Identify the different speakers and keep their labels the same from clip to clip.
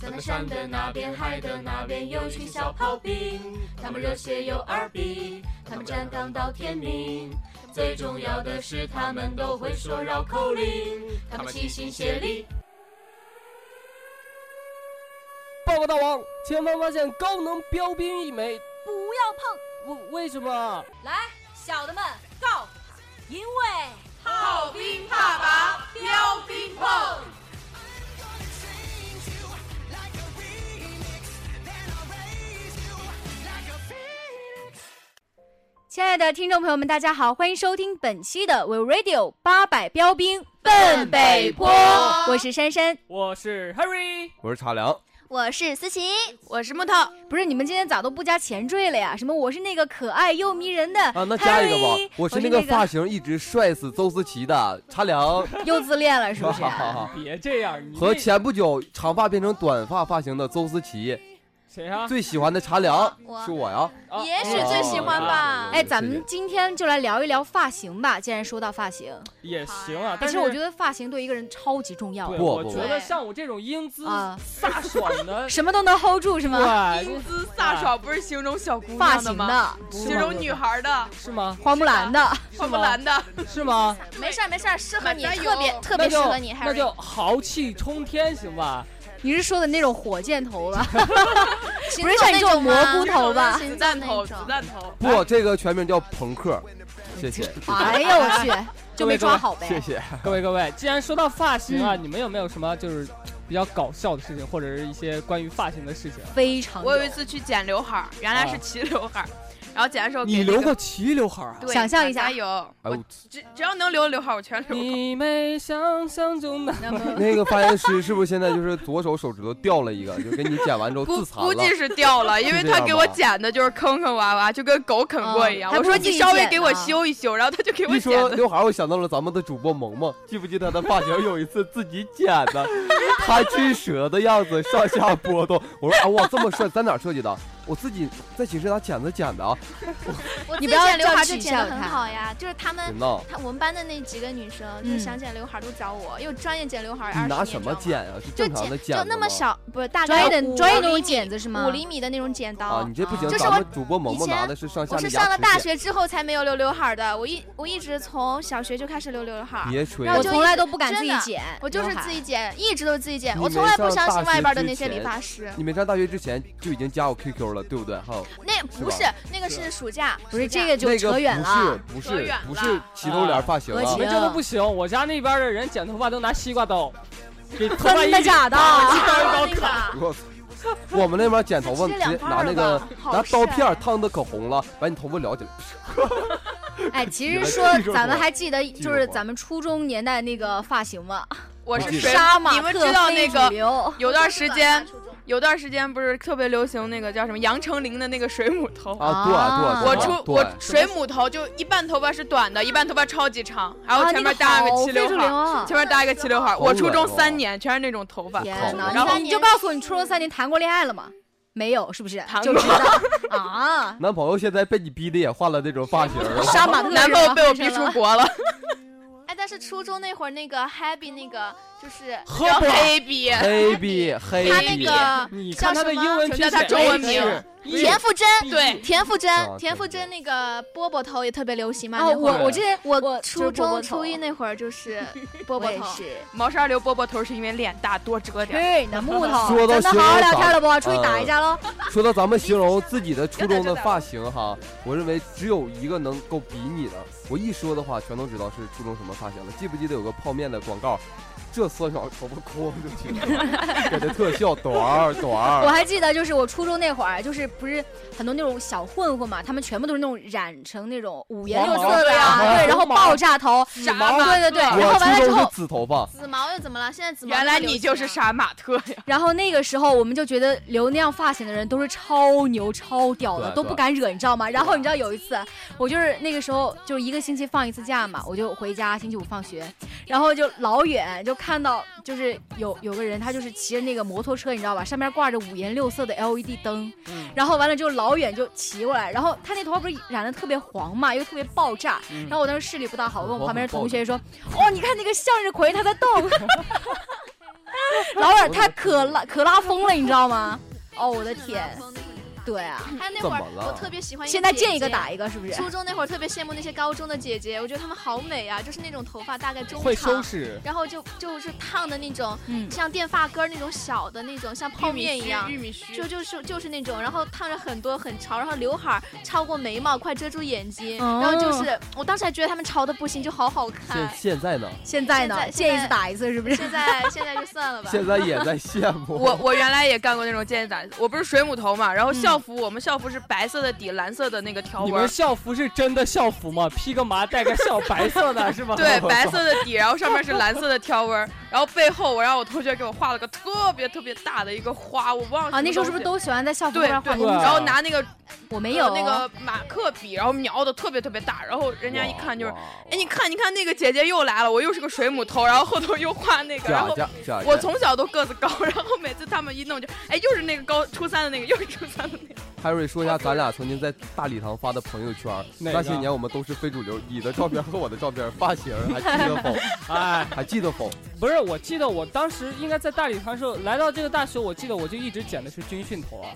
Speaker 1: 他们山的那边，海的那边有群小炮兵，他们热血又二逼，他们站岗到天明。最重要的是，他们都会说绕口令，他们齐心协力。
Speaker 2: 报告大王，前方发现高能标兵一枚，
Speaker 3: 不要碰！
Speaker 2: 为为什么？啊
Speaker 3: 来，小的们告，因为
Speaker 4: 炮兵怕拔，标兵碰。
Speaker 5: 亲爱的听众朋友们，大家好，欢迎收听本期的 We Radio 八百标兵奔北坡，我是珊珊，
Speaker 2: 我是 Harry，
Speaker 6: 我是茶凉，
Speaker 5: 我是思琪，
Speaker 7: 我是木头。
Speaker 5: 不是你们今天咋都不加前缀了呀？什么我是那个可爱又迷人的
Speaker 6: 啊，那加一个吧
Speaker 5: Harry，
Speaker 6: 我
Speaker 5: 是
Speaker 6: 是那
Speaker 5: 个
Speaker 6: 个发型一直帅死邹思琪的茶凉，
Speaker 5: 又自恋了是不是？
Speaker 2: 别这样，你
Speaker 6: 和
Speaker 2: 这
Speaker 6: 前不久长发变成短发发型的邹思琪，
Speaker 2: 谁啊？
Speaker 6: 最喜欢的茶凉
Speaker 5: 我
Speaker 6: 是我啊呀。
Speaker 2: 啊哦
Speaker 7: 也许最喜欢吧。
Speaker 5: 哎，咱们今天就来聊一聊发型吧。既然说到发型，
Speaker 2: 也行啊，
Speaker 5: 其
Speaker 2: 但
Speaker 5: 实
Speaker 2: 是
Speaker 5: 我觉得发型对一个人超级重要
Speaker 2: 对，
Speaker 6: 不
Speaker 2: 我
Speaker 6: 不
Speaker 2: 觉得
Speaker 7: 不
Speaker 2: 像我这种英姿
Speaker 5: 啊，，
Speaker 2: 飒爽的
Speaker 5: 什么都能 hold 住是吗？
Speaker 2: 对
Speaker 7: 英，姿
Speaker 6: 啊
Speaker 7: 飒爽不是形容小姑
Speaker 5: 发
Speaker 7: 娘的
Speaker 5: 型
Speaker 7: 吗？
Speaker 5: 的，
Speaker 7: 形容女孩的，
Speaker 2: 是吗？
Speaker 5: 花木兰的，
Speaker 7: 花木 兰的。
Speaker 2: 是吗？
Speaker 8: 没事儿没事儿，适合你，
Speaker 7: 满家
Speaker 8: 特别
Speaker 7: 油
Speaker 8: 特
Speaker 2: 那
Speaker 8: 别适
Speaker 2: 就
Speaker 8: 合你，
Speaker 2: 那
Speaker 8: Harry。
Speaker 2: 就豪气冲天，行 吧？
Speaker 5: 你是说的那种火箭头 吧？
Speaker 8: 不
Speaker 5: 不是像你这种蘑菇
Speaker 7: 这
Speaker 5: 头吧？嗯
Speaker 7: 子弹头，子弹头。
Speaker 6: 不，这个全名叫朋克，谢谢，
Speaker 5: 哎呀，我去，就没抓
Speaker 7: 哎
Speaker 5: 好
Speaker 6: 谢
Speaker 5: 呗。
Speaker 6: 谢。
Speaker 2: 各位各位，既然说到发型啊，你们有没有什么就是比较搞笑的事情，或者是一些关于发型的事情？啊
Speaker 5: 非常
Speaker 7: 我有一次去剪刘海儿，原
Speaker 6: 啊
Speaker 7: 来是齐刘海儿，然后剪的时候给
Speaker 2: 你
Speaker 7: 那
Speaker 2: 留
Speaker 7: 个
Speaker 2: 过齐刘海啊？
Speaker 7: 对
Speaker 5: 想象一下
Speaker 7: 加油！
Speaker 6: 哎
Speaker 7: 我
Speaker 6: 呦，
Speaker 7: 只只要能留刘海儿，我全留。
Speaker 2: 你没想象中的
Speaker 6: 那个发型师是不是现在就是左手手指头掉了一个，就给你剪完之后
Speaker 7: 估
Speaker 6: 自残了
Speaker 7: 估？计是掉了，因为他给我剪的就是坑坑洼洼，就跟狗啃过一样。
Speaker 5: 嗯
Speaker 7: 我说
Speaker 5: 还不如
Speaker 7: 你稍
Speaker 5: 自己
Speaker 7: 微
Speaker 5: 剪
Speaker 7: 给我
Speaker 5: 呢
Speaker 7: 修一修，然后他就给我
Speaker 6: 一
Speaker 7: 剪
Speaker 6: 说
Speaker 7: 的。
Speaker 6: 刘海儿，我想到了咱们的主播萌萌，记不记得她的发型有一次自己剪的， 她吃蛇的样子上下波动。我说啊哇，这么帅，在哪儿设计的？我自己在寝室拿剪子剪的啊，
Speaker 8: 我
Speaker 5: 你
Speaker 8: 自己
Speaker 5: 不要
Speaker 8: 剪刘海就
Speaker 5: 这样取
Speaker 8: 剪得
Speaker 5: 笑
Speaker 8: 很
Speaker 5: 他
Speaker 8: 好呀，就是他们
Speaker 6: 别闹！
Speaker 8: 他我们班的那几个女生，就
Speaker 5: 嗯
Speaker 8: 是想剪刘海都找我，因为我专业剪刘海二
Speaker 6: 你
Speaker 8: 十
Speaker 6: 拿
Speaker 8: 年，
Speaker 6: 什么
Speaker 8: 知道吗？
Speaker 6: 剪啊？是
Speaker 8: 就
Speaker 6: 正常的
Speaker 8: 剪
Speaker 6: 剪
Speaker 8: 就
Speaker 6: 吗
Speaker 8: 那么小，不是大概
Speaker 5: 专业的
Speaker 8: 五
Speaker 5: 专业那
Speaker 8: 厘
Speaker 5: 种
Speaker 8: 米
Speaker 5: 剪子是吗？
Speaker 8: 五厘米的那种剪刀
Speaker 6: 啊！你这不行，
Speaker 8: 就是
Speaker 6: 咱
Speaker 8: 我
Speaker 6: 们主播萌萌拿的是上下
Speaker 8: 我
Speaker 6: 的
Speaker 8: 是
Speaker 6: 牙
Speaker 8: 上了
Speaker 6: 齿
Speaker 8: 大
Speaker 6: 剪，
Speaker 8: 学之后才没有留刘海儿的，我一我一直从小学就开始留刘海儿，
Speaker 6: 别吹
Speaker 8: 然后
Speaker 6: 了
Speaker 5: 我
Speaker 8: 就。
Speaker 5: 从来都不敢
Speaker 8: 真
Speaker 5: 自己
Speaker 8: 的
Speaker 5: 剪，
Speaker 8: 我就是自己剪，一直都是自己剪，
Speaker 6: 你
Speaker 8: 我
Speaker 6: 没
Speaker 8: 从来不
Speaker 6: 上
Speaker 8: 相
Speaker 6: 大
Speaker 8: 信外
Speaker 6: 学
Speaker 8: 边的
Speaker 6: 之
Speaker 8: 那些理
Speaker 6: 前
Speaker 8: 发师。
Speaker 6: 你没上大学之前就已经加我 QQ 了，对不对？哈，
Speaker 8: 那
Speaker 6: 是
Speaker 8: 不
Speaker 6: 吧
Speaker 8: 是那个是暑假，
Speaker 5: 不是
Speaker 8: 暑假
Speaker 5: 这个就
Speaker 6: 那个
Speaker 5: 扯远了。
Speaker 6: 不
Speaker 7: 扯
Speaker 6: 是
Speaker 7: 远
Speaker 6: 不是不是
Speaker 7: 了
Speaker 6: 齐头帘发型
Speaker 5: 和
Speaker 6: 啊
Speaker 2: 你！们这都不行，我家那边的人剪头发都拿西瓜 刀，给头发
Speaker 5: 真
Speaker 2: 一
Speaker 5: 的假的？
Speaker 2: 刀一刀砍。
Speaker 8: 那个
Speaker 6: 我操！ 我们那边剪头发
Speaker 8: 直
Speaker 6: 直
Speaker 8: 接
Speaker 6: 接
Speaker 8: 两半
Speaker 6: 拿
Speaker 8: 儿
Speaker 6: 那
Speaker 8: 吧
Speaker 6: 个
Speaker 8: 好啊
Speaker 6: 拿刀片儿
Speaker 8: 帅
Speaker 6: 烫的可红了，把你头发撩起来。
Speaker 5: 哎，其
Speaker 6: 原
Speaker 5: 实
Speaker 6: 来
Speaker 5: 说
Speaker 6: 这种
Speaker 5: 咱们
Speaker 6: 活
Speaker 5: 还记得
Speaker 6: 这
Speaker 5: 就
Speaker 6: 种
Speaker 5: 是
Speaker 6: 活
Speaker 5: 咱们初中年代那个发型吗？
Speaker 7: 我是
Speaker 6: 你
Speaker 7: 谁？
Speaker 5: 杀马
Speaker 7: 你们
Speaker 5: 特
Speaker 7: 知道
Speaker 5: 非
Speaker 7: 那
Speaker 5: 主
Speaker 7: 个
Speaker 5: 流
Speaker 7: 有段时间，有段时间不是特别流行那个叫什么杨丞琳的那个水母头。
Speaker 8: 哦
Speaker 6: 啊，对啊
Speaker 5: 啊
Speaker 6: 对
Speaker 7: 我
Speaker 6: 啊，
Speaker 7: 出
Speaker 6: 对啊对
Speaker 7: 我水母头就一半头发是短的，一半头发超级长，然后
Speaker 5: 啊，
Speaker 7: 前
Speaker 5: 那
Speaker 7: 面
Speaker 5: 个
Speaker 7: 搭个
Speaker 5: 好
Speaker 7: 齐
Speaker 5: 非
Speaker 7: 刘
Speaker 5: 主
Speaker 7: 海
Speaker 5: 流
Speaker 7: 儿，
Speaker 5: 啊！
Speaker 7: 前面搭一个齐刘海儿。
Speaker 6: 好
Speaker 7: 我初中
Speaker 6: 恶
Speaker 7: 三
Speaker 6: 哦
Speaker 7: 年全是那种头发，
Speaker 5: 天
Speaker 6: 啊
Speaker 5: 哪，
Speaker 7: 然后
Speaker 5: 你你就告诉我你初中三年谈过恋爱了吗？没有，是不是？
Speaker 7: 谈
Speaker 5: 就
Speaker 7: 过
Speaker 5: 知道 啊。
Speaker 6: 男朋友现在被你逼的也换了这种发型儿了。
Speaker 5: 杀马特
Speaker 7: 男
Speaker 5: 是
Speaker 7: 朋友
Speaker 5: 吗
Speaker 7: 被我逼出国了，
Speaker 8: 哎，但是初中那会儿那个 Happy 那个就是
Speaker 2: 喝
Speaker 7: 叫
Speaker 2: 不
Speaker 5: 哎
Speaker 2: 了
Speaker 7: 黑逼，
Speaker 6: 黑 B 黑
Speaker 8: 他
Speaker 6: B，
Speaker 8: 那个
Speaker 2: 你看他的英文拼
Speaker 7: 叫他
Speaker 2: 写，哎嗯
Speaker 7: 中文名
Speaker 2: 是一
Speaker 8: 田馥甄，
Speaker 7: 对，
Speaker 8: 田馥
Speaker 6: 啊
Speaker 8: 甄，田
Speaker 6: 对
Speaker 8: 馥
Speaker 6: 对
Speaker 8: 甄那个波波头也特别流行嘛。
Speaker 5: 哦，
Speaker 8: 那会儿
Speaker 5: 我我之前我
Speaker 8: 我
Speaker 5: 就是
Speaker 8: 初
Speaker 5: 波波
Speaker 8: 中
Speaker 5: 头
Speaker 8: 初一那会儿 就是波
Speaker 5: 我
Speaker 8: 波
Speaker 5: 也
Speaker 8: 头，
Speaker 5: 是。
Speaker 7: 毛衫留波波头是因为脸大多遮
Speaker 8: 啊
Speaker 7: 点儿。
Speaker 5: 嘿，你的木头，
Speaker 6: 说到
Speaker 5: 咱
Speaker 6: 形
Speaker 5: 能好好
Speaker 6: 容
Speaker 5: 聊
Speaker 6: 早
Speaker 5: 天了不？出去打一
Speaker 6: 嗯
Speaker 5: 架喽！
Speaker 6: 说到咱们形容自己的初中的发型哈，我认为只有一个能够比拟的。我一说的话，全都知道是初中什么发型了。记不记得有个泡面的广告？这酸爽头发哐就起来了， 给它特效短儿短
Speaker 5: 我
Speaker 6: 儿。
Speaker 5: 还记得，就是我初中那会儿，就是不是很多那种小混混嘛，他们全部都是那种染成那种五颜六色的
Speaker 2: 黄毛
Speaker 5: 呀，
Speaker 2: 对
Speaker 5: 对，然后爆炸头，
Speaker 7: 傻马
Speaker 5: 对对对，
Speaker 7: 特
Speaker 5: 然后
Speaker 6: 嗯我
Speaker 5: 完了
Speaker 6: 初
Speaker 5: 之
Speaker 6: 中是
Speaker 5: 后，
Speaker 6: 紫头发，
Speaker 8: 紫毛又怎么了？现在紫毛那
Speaker 7: 原
Speaker 8: 么
Speaker 7: 来
Speaker 8: 流
Speaker 7: 你
Speaker 8: 行
Speaker 7: 就是
Speaker 8: 啊。
Speaker 7: 杀马特呀！
Speaker 5: 然后那个时候我们就觉得留那样发型的人都是超牛超屌的，
Speaker 6: 对
Speaker 5: 都不敢惹，你知道吗？然后你知道有一次，我就是那个时候就是一个星期放一次假嘛，我就回家，星期五放学，然后就老远就看到就是有有个人，他就是骑着那个摩托车，你知道吧，上面挂着五颜六色的 LED 灯，
Speaker 2: 嗯
Speaker 5: 然后完了之后老远就骑过来，然后他那头发不是染的特别黄嘛，又特别爆炸，
Speaker 2: 嗯
Speaker 5: 然后我当时视力不大好，我跟我
Speaker 6: 黄
Speaker 5: 旁边的
Speaker 6: 很
Speaker 5: 同学说，哦，你看那个向日葵它在动。老远他可拉可拉风了，你知道吗？哦，我的 天，对啊，
Speaker 8: 还有那会儿
Speaker 6: 怎么了
Speaker 8: 我特别喜欢一个
Speaker 5: 现在
Speaker 8: 姐
Speaker 5: 见一个
Speaker 8: 姐
Speaker 5: 打一个，是不是？
Speaker 8: 初中那会儿特别羡慕那些高中的姐姐，我觉得她们好美啊，就是那种头发大概中
Speaker 2: 会收
Speaker 8: 长，
Speaker 2: 拾，
Speaker 8: 然后就就是烫的那种，
Speaker 5: 嗯，
Speaker 8: 像电发根儿那种小的那种，像泡面一样
Speaker 4: 玉。米须，
Speaker 8: 就就是就是那种，然后烫着很多很潮，然后刘海儿超过眉毛，快遮住眼睛，
Speaker 5: 哦
Speaker 8: 然后就是我当时还觉得他们潮的不行，就好好
Speaker 6: 现
Speaker 8: 看。
Speaker 6: 现在呢？
Speaker 5: 现在呢，
Speaker 8: 现在
Speaker 5: 见一
Speaker 8: 现
Speaker 5: 次
Speaker 8: 在
Speaker 5: 打一次，是 不是？
Speaker 8: 现在现在就算了吧。
Speaker 6: 现在也在羡慕。
Speaker 7: 我我原来也干过那种建议打，我不是水母头嘛，
Speaker 8: 嗯
Speaker 7: 然后校服、我们校服是白色的底，蓝色的那个条
Speaker 2: 你
Speaker 7: 纹
Speaker 2: 们
Speaker 7: 儿，
Speaker 2: 校服是真的校服吗？披个麻，带个校，白色的 是吗？
Speaker 7: 对，白色的底，然后上面是蓝色的条纹儿，然后背后我让我同学给我画了个特别特别大的一个花，我忘了
Speaker 5: 啊，那时候是不是
Speaker 7: 什么
Speaker 5: 都喜欢在校服
Speaker 7: 对
Speaker 5: 上
Speaker 2: 对
Speaker 5: 画
Speaker 2: 啊
Speaker 5: 公
Speaker 7: 东
Speaker 5: 仔
Speaker 7: 西？然后拿那个呃
Speaker 5: 我没有
Speaker 7: 那个马克笔，然后描的特别特别大，然后人家一看就是
Speaker 6: 哇，，
Speaker 7: 哎，你看你看那个姐姐又来了，我又是个水母头，然后后头又画那个，然
Speaker 6: 假
Speaker 7: 后。
Speaker 6: 假假，
Speaker 7: 我从小都个子高， 然后每次他们一弄就，哎，又是那个高初三的那个，又是初三的那个，
Speaker 6: Harry 说一下咱俩曾经在大礼堂发的朋友圈，那
Speaker 2: 哪个
Speaker 6: 些年我们都是非主流，你的照片和我的照片，发型还记得否？
Speaker 2: 哎，
Speaker 6: 还记得否？
Speaker 2: 不是，我记得我当时应该在大礼堂的时候，来到这个大学，我记得我就一直剪的是军训头啊。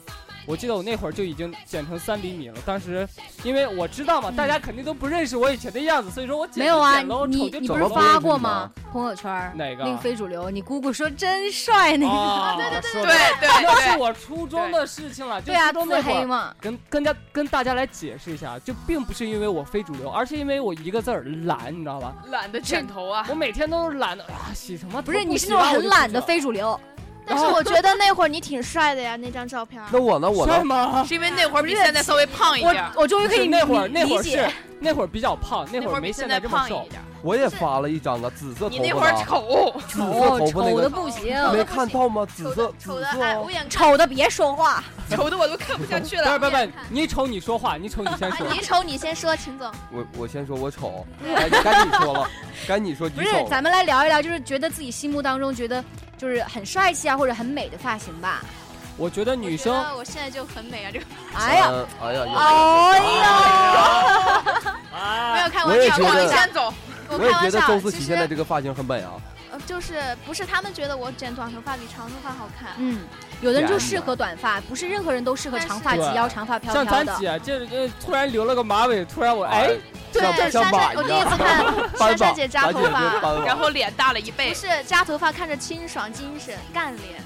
Speaker 2: 我记得我那会儿就已经剪成三厘米了。当时因为我知道嘛，大家肯定都不认识我以前的样子，所以说我剪
Speaker 5: 嗯没有啊，
Speaker 2: 剪喽，
Speaker 5: 你
Speaker 2: 丑就
Speaker 5: 你
Speaker 2: 丑
Speaker 5: 不
Speaker 6: 怎么不
Speaker 2: 喽。
Speaker 5: 是发
Speaker 6: 认识
Speaker 5: 过
Speaker 6: 你
Speaker 5: 吗
Speaker 6: 啊？
Speaker 5: 朋友圈儿
Speaker 2: 哪个
Speaker 5: 那个非主流，你姑姑说真帅那个，
Speaker 2: 啊，
Speaker 8: 对对对
Speaker 2: 说
Speaker 7: 对
Speaker 2: 的那是
Speaker 7: 对
Speaker 2: 我初中的事情了，就
Speaker 5: 对啊，
Speaker 2: 初中
Speaker 5: 自
Speaker 2: 那会
Speaker 5: 黑
Speaker 2: 儿。
Speaker 5: 嘛，
Speaker 2: 跟跟大跟大家来解释一下，就并不是因为我非主流，而是因为我一个字儿懒，你知道吧？
Speaker 7: 对，懒得剪头啊
Speaker 2: 我，每天都是懒的啊，洗什么头？
Speaker 5: 不是你是
Speaker 2: 洗
Speaker 5: 那种
Speaker 2: 完我
Speaker 5: 很
Speaker 2: 就
Speaker 5: 懒
Speaker 2: 洗
Speaker 5: 的
Speaker 2: 了
Speaker 5: 非主流，
Speaker 8: 但是我觉得那会儿你挺帅的呀，那张照片儿。
Speaker 6: 那我呢？我
Speaker 2: 帅
Speaker 6: 呢？
Speaker 2: 吗？
Speaker 7: 是因为那会儿比现在稍微胖一点儿，
Speaker 5: 我我终于可以
Speaker 2: 是那会儿
Speaker 5: 理
Speaker 2: 那会儿
Speaker 5: 理
Speaker 2: 是
Speaker 5: 解
Speaker 2: 那会儿比较胖，那
Speaker 7: 那
Speaker 2: 会
Speaker 7: 会
Speaker 2: 儿
Speaker 7: 儿
Speaker 2: 没
Speaker 7: 比
Speaker 2: 现
Speaker 7: 现
Speaker 2: 在这么
Speaker 7: 胖一
Speaker 2: 瘦。
Speaker 7: 点儿。
Speaker 6: 我也发了一张啊，紫色头
Speaker 7: 你那
Speaker 6: 发
Speaker 7: 会
Speaker 6: 的
Speaker 7: 儿
Speaker 6: 啊，
Speaker 7: 丑，
Speaker 6: 紫色
Speaker 5: 丑
Speaker 6: 头发那
Speaker 5: 丑的
Speaker 6: 个，
Speaker 5: 不行，
Speaker 6: 没看到吗？紫
Speaker 8: 丑
Speaker 6: 色
Speaker 8: 的
Speaker 6: 紫
Speaker 8: 丑
Speaker 6: 色
Speaker 8: 的，哎，
Speaker 6: 哦
Speaker 8: 我，眼看
Speaker 5: 丑的别说话，
Speaker 7: 丑的我都看不下
Speaker 2: 不是
Speaker 7: 去了。
Speaker 2: 不是不是
Speaker 8: 看，
Speaker 2: 你瞅你说话，你瞅你先说
Speaker 5: 啊
Speaker 8: 哎。你丑，你先说，秦总。
Speaker 6: 我我先说我丑，该该你说了，该你说你
Speaker 5: 不是
Speaker 6: 丑，了。
Speaker 5: 咱们来聊一聊，就是觉得自己心目当中觉得就是很帅气啊或者很美的发型吧，
Speaker 2: 我觉得女
Speaker 8: 我
Speaker 2: 生
Speaker 8: 觉得我现在就很美啊，这个
Speaker 2: 呃
Speaker 5: 哎呀，
Speaker 6: 嗯，哎呀，有
Speaker 2: 哦
Speaker 5: 哎呀，
Speaker 8: 没有
Speaker 2: 啊，
Speaker 8: 开
Speaker 6: 我
Speaker 8: 玩
Speaker 6: 也
Speaker 8: 笑，
Speaker 6: 觉
Speaker 8: 开玩
Speaker 6: 得
Speaker 8: 笑，
Speaker 7: 先走，
Speaker 8: 我
Speaker 6: 我也
Speaker 8: 开
Speaker 6: 觉
Speaker 8: 玩
Speaker 6: 得
Speaker 8: 笑
Speaker 6: 周。思
Speaker 8: 其
Speaker 6: 琪现在
Speaker 8: 实
Speaker 6: 这个发型很美啊，
Speaker 8: 呃就是不是他们觉得我剪短头发比长头发好看，
Speaker 5: 嗯，有的人就适合短发，不是任何人都适合长发及
Speaker 2: 但是
Speaker 5: 腰、长发飘
Speaker 2: 像
Speaker 5: 飘
Speaker 2: 咱
Speaker 5: 的。
Speaker 2: 姐这这突然留了个马尾，突然我哎，
Speaker 8: 对
Speaker 6: 像
Speaker 8: 珊
Speaker 6: 像
Speaker 8: 珊
Speaker 6: 马
Speaker 8: 我
Speaker 6: 一
Speaker 8: 第一
Speaker 6: 样
Speaker 8: 次，看
Speaker 6: 斑
Speaker 8: 珊
Speaker 6: 马
Speaker 8: 珊姐扎
Speaker 6: 咱
Speaker 8: 头
Speaker 6: 姐就是
Speaker 8: 发，
Speaker 6: 斑马
Speaker 7: 然后脸大了一
Speaker 8: 不
Speaker 7: 倍，
Speaker 8: 是扎头发看着清爽精神干练，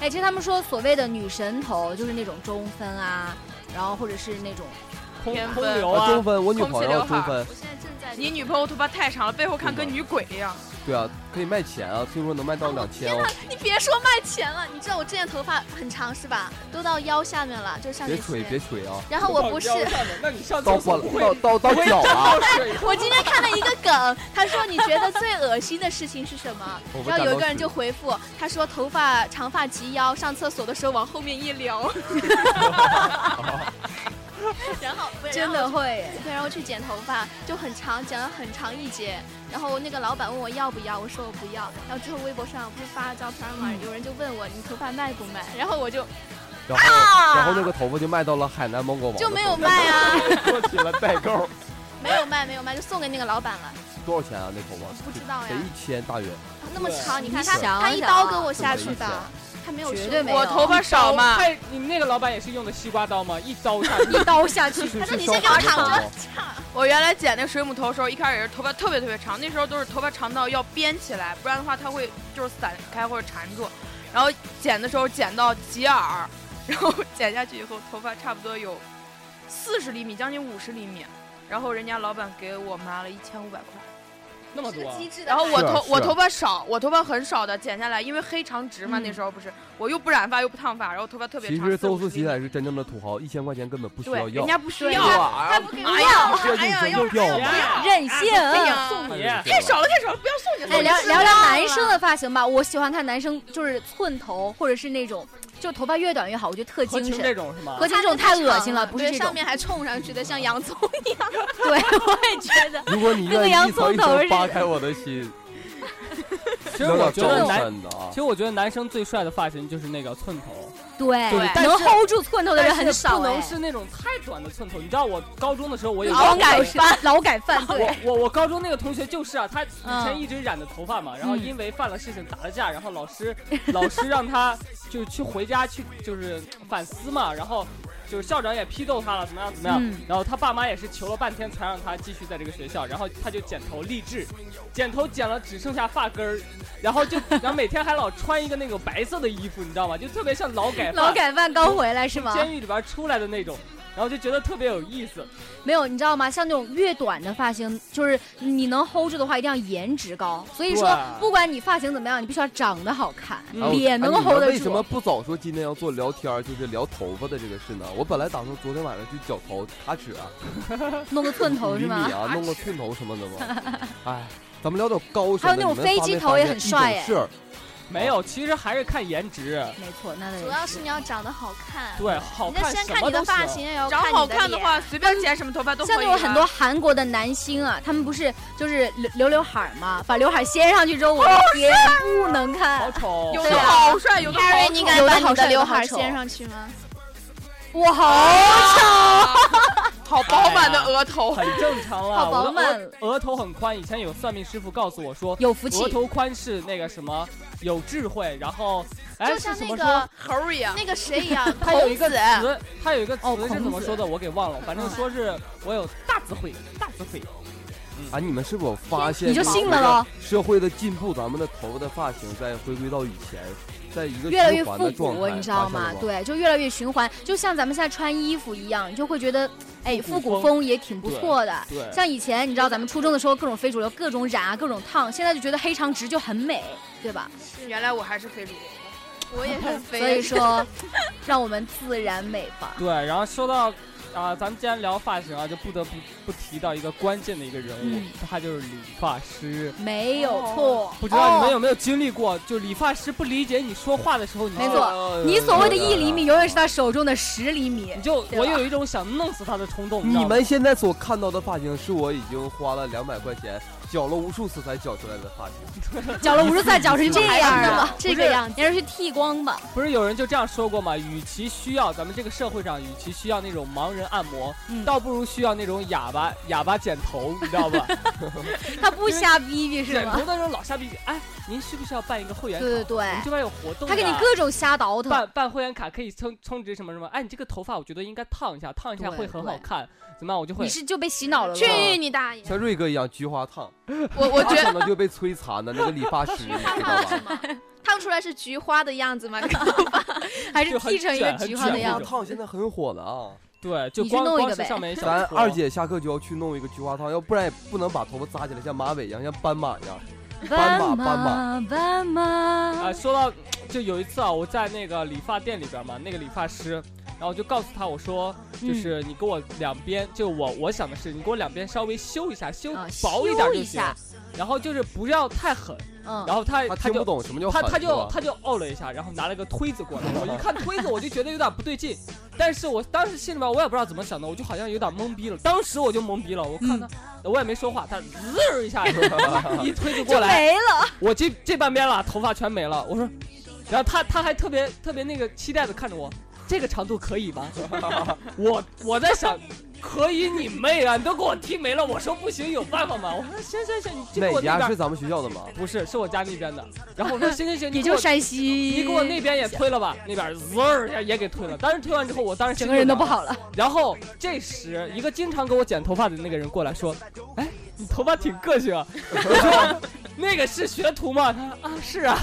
Speaker 5: 哎，其实他们说所谓的女神头，就是那种中分啊，然后或者是那种
Speaker 2: 空
Speaker 7: 天
Speaker 2: 空
Speaker 7: 分
Speaker 2: 流
Speaker 6: 啊，
Speaker 2: 啊
Speaker 6: 中，分，我女
Speaker 7: 空
Speaker 6: 朋
Speaker 7: 气
Speaker 6: 友
Speaker 7: 刘海
Speaker 6: 中
Speaker 7: 儿
Speaker 6: 分，
Speaker 8: 我现在正在
Speaker 7: 你女朋友头发太长了，背后看跟女鬼一样。
Speaker 6: 对啊，可以卖钱啊，听说能卖到
Speaker 8: 哦
Speaker 6: 两千
Speaker 8: 天
Speaker 6: 哦
Speaker 8: 哪，你别说卖钱了，你知道我之前头发很长是吧？都到腰下面了，就是上
Speaker 6: 别
Speaker 8: 学期
Speaker 6: 吹别吹啊，
Speaker 8: 然后我不是，
Speaker 2: 那你上
Speaker 6: 到
Speaker 2: 厕
Speaker 6: 过
Speaker 2: 所
Speaker 6: 了
Speaker 2: 不会
Speaker 6: 到到到脚啊了，
Speaker 8: 我今天看了一个梗，他说你觉得最恶心的事情是什么
Speaker 6: 我？不
Speaker 8: 然后有一个
Speaker 6: 敢当
Speaker 8: 人
Speaker 6: 时
Speaker 8: 就回复，他说头发长发及腰，上厕所的时候往后面一撩。然后 不是
Speaker 5: 真
Speaker 8: 然
Speaker 5: 的
Speaker 8: 后
Speaker 5: 会耶。
Speaker 8: 对，然后去剪头发就很长，剪了很长一截。然后那个老板问我要不要，我说我不要。然后之后微博上不是发了照片嘛，有人就问我你头发卖不卖，然后我就
Speaker 6: 然后然后那个头发就卖到了海南芒果王的手
Speaker 8: 就
Speaker 6: 里，
Speaker 8: 没有 卖啊，
Speaker 6: 做起了代购，
Speaker 8: 没有卖，没有卖，就送给那个老板了。
Speaker 6: 多少钱啊？那头发
Speaker 8: 不知道
Speaker 6: 得
Speaker 8: 呀，
Speaker 6: 一千大约，
Speaker 8: 那么长，你看
Speaker 5: 你
Speaker 8: 他
Speaker 5: 想
Speaker 8: 他一
Speaker 5: 想
Speaker 8: 刀
Speaker 5: 啊
Speaker 8: 给我下
Speaker 6: 这
Speaker 8: 去
Speaker 6: 么一
Speaker 8: 吧，他没有
Speaker 5: 绝
Speaker 8: 修
Speaker 5: 对
Speaker 8: 过
Speaker 5: 没有
Speaker 7: 我头发少嘛，
Speaker 2: 太你那个老板也是用的西瓜刀吗？一刀下去。
Speaker 5: 一刀下去，
Speaker 6: 是
Speaker 8: 他说
Speaker 6: 是
Speaker 8: 你
Speaker 6: 烧
Speaker 8: 先给我
Speaker 6: 烤的
Speaker 8: 躺
Speaker 6: 吗
Speaker 8: 着，
Speaker 7: 我原来剪那个水母头的时候，一开始也是头发特别特别长，那时候都是头发长到要编起来，不然的话它会就是散开或者缠住。然后剪的时候剪到及耳，然后剪下去以后头发差不多有四十厘米，将近五十厘米。然后人家老板给我妈了一千五百块。
Speaker 2: 那么
Speaker 8: 这
Speaker 2: 多
Speaker 8: 个，机智的。
Speaker 7: 然后我
Speaker 6: 是啊
Speaker 7: 头、我
Speaker 6: 是啊
Speaker 7: 头发少，我头发很少的剪下来，因为黑长直嘛，
Speaker 5: 嗯
Speaker 7: 那时候不是，我又不染发又不烫发，然后头发特别
Speaker 6: 其
Speaker 7: 长。
Speaker 6: 实周
Speaker 7: 40
Speaker 6: 思琪
Speaker 7: 厘米
Speaker 6: 才是真正的土豪，一千块钱根本不需要
Speaker 7: 对，
Speaker 6: 要啊
Speaker 7: 人，家不需
Speaker 5: 对
Speaker 7: 要，
Speaker 5: 人
Speaker 7: 他不给我
Speaker 5: 哎呀
Speaker 6: 不需要硬
Speaker 7: 哎呀
Speaker 6: 生要
Speaker 2: 要
Speaker 6: 吗？
Speaker 5: 任 性。
Speaker 7: 哎
Speaker 5: 哎，
Speaker 7: 呀
Speaker 2: 送你。
Speaker 7: 太少了，太少了，不要送你了。
Speaker 5: 聊
Speaker 8: 知
Speaker 5: 聊聊
Speaker 8: 道
Speaker 5: 男
Speaker 8: 了
Speaker 5: 生的发型吧，我喜欢看男生就是寸头，或者是那种就头发越短越好，我觉得特
Speaker 2: 合
Speaker 5: 精
Speaker 2: 情
Speaker 5: 神。
Speaker 2: 这种是吗？
Speaker 5: 合情这种太恶心了，不是
Speaker 8: 对
Speaker 5: 这
Speaker 8: 上
Speaker 5: 种。
Speaker 8: 面还冲上去的，像洋葱一样。
Speaker 5: 对，我也觉 得。
Speaker 6: 如果你
Speaker 5: 跟个
Speaker 6: 愿意
Speaker 5: 洋
Speaker 6: 一层
Speaker 5: 葱
Speaker 6: 一
Speaker 5: 头似
Speaker 6: 层
Speaker 5: 的
Speaker 6: 扒开我的心，
Speaker 2: 其实我觉得
Speaker 6: 有点
Speaker 2: 男，
Speaker 6: 招人的啊
Speaker 2: 其，实我觉得男生最帅的发型就是那个寸头，
Speaker 5: 对
Speaker 2: 就是但
Speaker 5: 能
Speaker 2: 是
Speaker 5: hold 住寸头的人很
Speaker 2: 但是
Speaker 5: 少
Speaker 2: 不能
Speaker 5: 哎。
Speaker 2: 是那种太短的寸头。你知道我高中的时候，我有
Speaker 5: 劳
Speaker 2: 高
Speaker 5: 改犯，劳改犯，对
Speaker 2: 我， 我我高中那个同学就是啊，他以前
Speaker 5: 嗯
Speaker 2: 一直染的头发嘛，然后
Speaker 5: 嗯
Speaker 2: 因为犯了事情打了架，然后老师老师让他就去回家去就是反思嘛，然后就是校长也批斗他了，怎么样怎么样，
Speaker 5: 嗯
Speaker 2: 然后他爸妈也是求了半天才让他继续在这个学校，然后他就剪头励志，剪头剪了只剩下发根儿，然后就然后每天还老穿一个那个白色的衣服，你知道吗？就特别像劳改犯
Speaker 5: 劳改犯刚回来是吗？
Speaker 2: 监狱里边出来的那种，然后就觉得特别有意思。
Speaker 5: 没有，你知道吗？像那种越短的发型，就是你能 hold 住的话，一定要颜值高。所以说，
Speaker 2: 对
Speaker 5: 不管你发型怎么样，你必须要长得好看，
Speaker 2: 嗯啊
Speaker 5: 脸能
Speaker 6: 哎你们
Speaker 5: hold 得
Speaker 6: 为什么
Speaker 5: 住。
Speaker 6: 不早说今天要做聊天儿，就是聊头发的这个事呢？我本来打算昨天晚上去绞头、卡尺啊、
Speaker 5: 弄个寸头
Speaker 6: 厘
Speaker 5: 是
Speaker 6: 米
Speaker 5: 吗？
Speaker 6: 啊，弄个寸头什么的嘛。 哎，咱们聊点高
Speaker 5: 还有
Speaker 6: 深的。
Speaker 5: 那种
Speaker 6: 你们
Speaker 5: 飞
Speaker 6: 发
Speaker 5: 机
Speaker 6: 没
Speaker 5: 头
Speaker 6: 发
Speaker 5: 也
Speaker 6: 现
Speaker 5: 很
Speaker 6: 一种
Speaker 5: 帅哎
Speaker 6: 事儿
Speaker 2: 没有，其实还是看颜值。
Speaker 5: 没错，那得
Speaker 8: 主要是你要长得好看。
Speaker 2: 对，好
Speaker 8: 你这
Speaker 2: 看
Speaker 8: 先
Speaker 2: 什
Speaker 8: 看
Speaker 2: 么
Speaker 8: 你
Speaker 2: 都
Speaker 5: 啊
Speaker 8: 的发
Speaker 2: 行。
Speaker 8: 型，也要
Speaker 7: 长
Speaker 8: 看
Speaker 7: 好
Speaker 8: 你
Speaker 7: 看的
Speaker 8: 脸
Speaker 7: 话，随便剪什么头发都
Speaker 5: 像
Speaker 7: 可
Speaker 5: 那
Speaker 7: 以啊
Speaker 5: 种
Speaker 7: 吧。
Speaker 5: 很多韩国的男星啊，他们不是就是留留刘海儿嘛，把刘海儿掀上去之后，我的天，不能
Speaker 2: 好
Speaker 5: 看，
Speaker 2: 丑，
Speaker 7: 有
Speaker 5: 对
Speaker 7: 的
Speaker 5: 啊
Speaker 7: 好帅，有的好
Speaker 8: Harry，
Speaker 7: 丑
Speaker 8: 你
Speaker 5: 有
Speaker 8: 敢
Speaker 5: 的
Speaker 8: 把
Speaker 5: 好
Speaker 8: 你
Speaker 5: 帅
Speaker 8: 的
Speaker 5: 有
Speaker 8: 刘
Speaker 5: 的好
Speaker 8: 海
Speaker 5: 丑
Speaker 8: 掀上去吗？
Speaker 5: 我好
Speaker 7: 啊 好饱满
Speaker 5: 哎
Speaker 7: 的额头。
Speaker 2: 很正常啦。
Speaker 5: 好
Speaker 2: 我
Speaker 5: 饱
Speaker 2: 的
Speaker 5: 满，
Speaker 2: 额，额头很宽。以前有算命师傅告诉我说，
Speaker 5: 有福气
Speaker 2: 额。头宽是那个什么，有智慧。然后，哎，
Speaker 8: 就是像
Speaker 2: 怎
Speaker 8: 那
Speaker 2: 么
Speaker 8: 个
Speaker 2: 说？
Speaker 7: 猴一样，
Speaker 8: 那个谁一样，
Speaker 2: 它有一
Speaker 8: 孔
Speaker 2: 个
Speaker 8: 子。
Speaker 2: 词，它有一个
Speaker 5: 哦
Speaker 2: 词是
Speaker 5: 孔
Speaker 2: 怎么
Speaker 5: 子
Speaker 2: 说的？我给忘了。反正说是我有大智慧，大智慧。
Speaker 6: 啊！你们是否发现
Speaker 5: 你就信了咯？
Speaker 6: 社会的进步，咱们的头发的发型在回归到以前，在一个
Speaker 5: 越来越
Speaker 6: 循环的
Speaker 5: 复
Speaker 6: 状
Speaker 5: 古，
Speaker 6: 态
Speaker 5: 你知道
Speaker 6: 发
Speaker 5: 吗
Speaker 6: 现了？
Speaker 5: 对，就越来越循环，就像咱们现在穿衣服一样，你就会觉得，哎，
Speaker 2: 复
Speaker 5: 复
Speaker 2: 古
Speaker 5: 古
Speaker 2: 风
Speaker 5: 风也挺不错的。
Speaker 2: 对，
Speaker 5: 像以前，你知道咱们初中的时候，各种非主流，各种染啊，各种烫，现在就觉得黑长直就很美，对吧？
Speaker 7: 原来我还是非主流。
Speaker 8: 我也很肥。
Speaker 5: 所以说，让我们自然美吧。
Speaker 2: 对，然后说到啊、咱们既然聊发型啊，就不得不不提到一个关键的一个人物，
Speaker 5: 嗯
Speaker 2: 他就是理发师。
Speaker 5: 没有错，
Speaker 2: 不知道你们有没有经历过，就理发师不理解你说话的时候，你
Speaker 5: 没
Speaker 2: 就
Speaker 5: 错
Speaker 6: 呃
Speaker 5: 你所谓的
Speaker 6: 对
Speaker 5: 一厘米，永远是他手中的十厘米
Speaker 2: 你。就
Speaker 5: 对
Speaker 2: 我
Speaker 5: 吧
Speaker 2: 有一种想弄死他的冲动。知道
Speaker 6: 你
Speaker 2: 吗
Speaker 6: 们现在所看到的发型，是我已经花了两百块钱绞了无数次才绞出来的发型。
Speaker 5: 绞了五十次，绞成这样
Speaker 8: 那
Speaker 5: 啊
Speaker 8: 么这个样子，
Speaker 5: 你让人去剃光吧。
Speaker 2: 不是有人就这样说过吗？与其需要咱们这个社会上，与其需要那种盲人按摩，
Speaker 5: 嗯
Speaker 2: 倒不如需要那种哑巴哑巴剪头，你知道吧？
Speaker 5: 他不瞎逼逼 是
Speaker 2: 剪头
Speaker 5: 吗？
Speaker 2: 的那种老瞎逼逼。哎，您需不需要办一个会员
Speaker 5: 对
Speaker 2: 卡？
Speaker 5: 对对
Speaker 2: 我，们这边有活动的。啊
Speaker 5: 他给你各种瞎倒腾。
Speaker 2: 办办会员卡可以充充值什么什么，哎，你这个头发我觉得应该烫一下，烫一下
Speaker 5: 对
Speaker 2: 会很
Speaker 5: 对
Speaker 2: 好看，怎么样？我就会
Speaker 5: 你是就被洗脑了吗？
Speaker 8: 去你大 爷！
Speaker 6: 像瑞哥一样菊花烫，
Speaker 7: 我我
Speaker 6: 他
Speaker 7: 觉
Speaker 6: 可
Speaker 7: 得
Speaker 6: 能就被摧残的那个理发师，你知 道吧？
Speaker 8: 烫出来是菊花的样子吗？
Speaker 5: 还是剃成一个菊花的样
Speaker 6: 菊花
Speaker 5: 子？
Speaker 6: 烫现在很火的啊！
Speaker 2: 对，就
Speaker 5: 你去
Speaker 2: 光
Speaker 5: 弄一个
Speaker 2: 光是
Speaker 5: 呗
Speaker 2: 上面一小
Speaker 6: 咱
Speaker 2: 撮
Speaker 6: 二姐下课就要去弄一个菊花烫，要不然也不能把头发扎起来像马尾一样，像斑马一样。斑马
Speaker 5: 马，斑
Speaker 2: 啊、
Speaker 5: 马，
Speaker 2: 说到就有一次啊，我在那个理发店里边嘛，那个理发师，然后我就告诉他我说，
Speaker 5: 嗯
Speaker 2: 就是你给我两边，就我我想的是你给我两边稍微修一下，修
Speaker 5: 啊
Speaker 2: 薄一点
Speaker 5: 修
Speaker 2: 就
Speaker 5: 一
Speaker 2: 行，
Speaker 5: 下
Speaker 2: 然后就是不要太狠，
Speaker 5: 嗯，
Speaker 2: 然后他
Speaker 6: 他听
Speaker 2: 哎就
Speaker 6: 不懂什么叫
Speaker 2: 他
Speaker 6: 狠，
Speaker 2: 他
Speaker 6: 是
Speaker 2: 就
Speaker 6: 吧
Speaker 2: 他就哦了一下，然后拿了个推子过来。我一看推子，我就觉得有点不对劲，但是我当时心里面我也不知道怎么想的，我就好像有点懵逼了。当时我就懵逼了，我
Speaker 5: 嗯
Speaker 2: 看他，我也没说话，他滋 一下一推子过
Speaker 5: 就
Speaker 2: 来，
Speaker 5: 没了。
Speaker 2: 我这这半边了，头发全没了。我说，然后他他还特别特别那个期待的看着我，这个长度可以吗？ 我我在想。可以你妹啊！你都给我剃没了，我说不行，有办法吗？我说行行行，你就给我
Speaker 6: 哪家
Speaker 2: 那边
Speaker 6: 是咱们学校的吗？
Speaker 2: 不是，是我家那边的。然后我说行行 行，你
Speaker 5: 也
Speaker 2: 给我
Speaker 5: 就山西，
Speaker 2: 你给我那边也推了吧，那边滋儿一下也给推了。当时推完之后，我当时
Speaker 5: 整个人都不
Speaker 2: 心
Speaker 5: 好了。
Speaker 2: 就凉了。然后这时，一个经常给我剪头发的那个人过来说：“哎，你头发挺个性啊。”我说：“那个是学徒吗？”他说：“啊，是啊。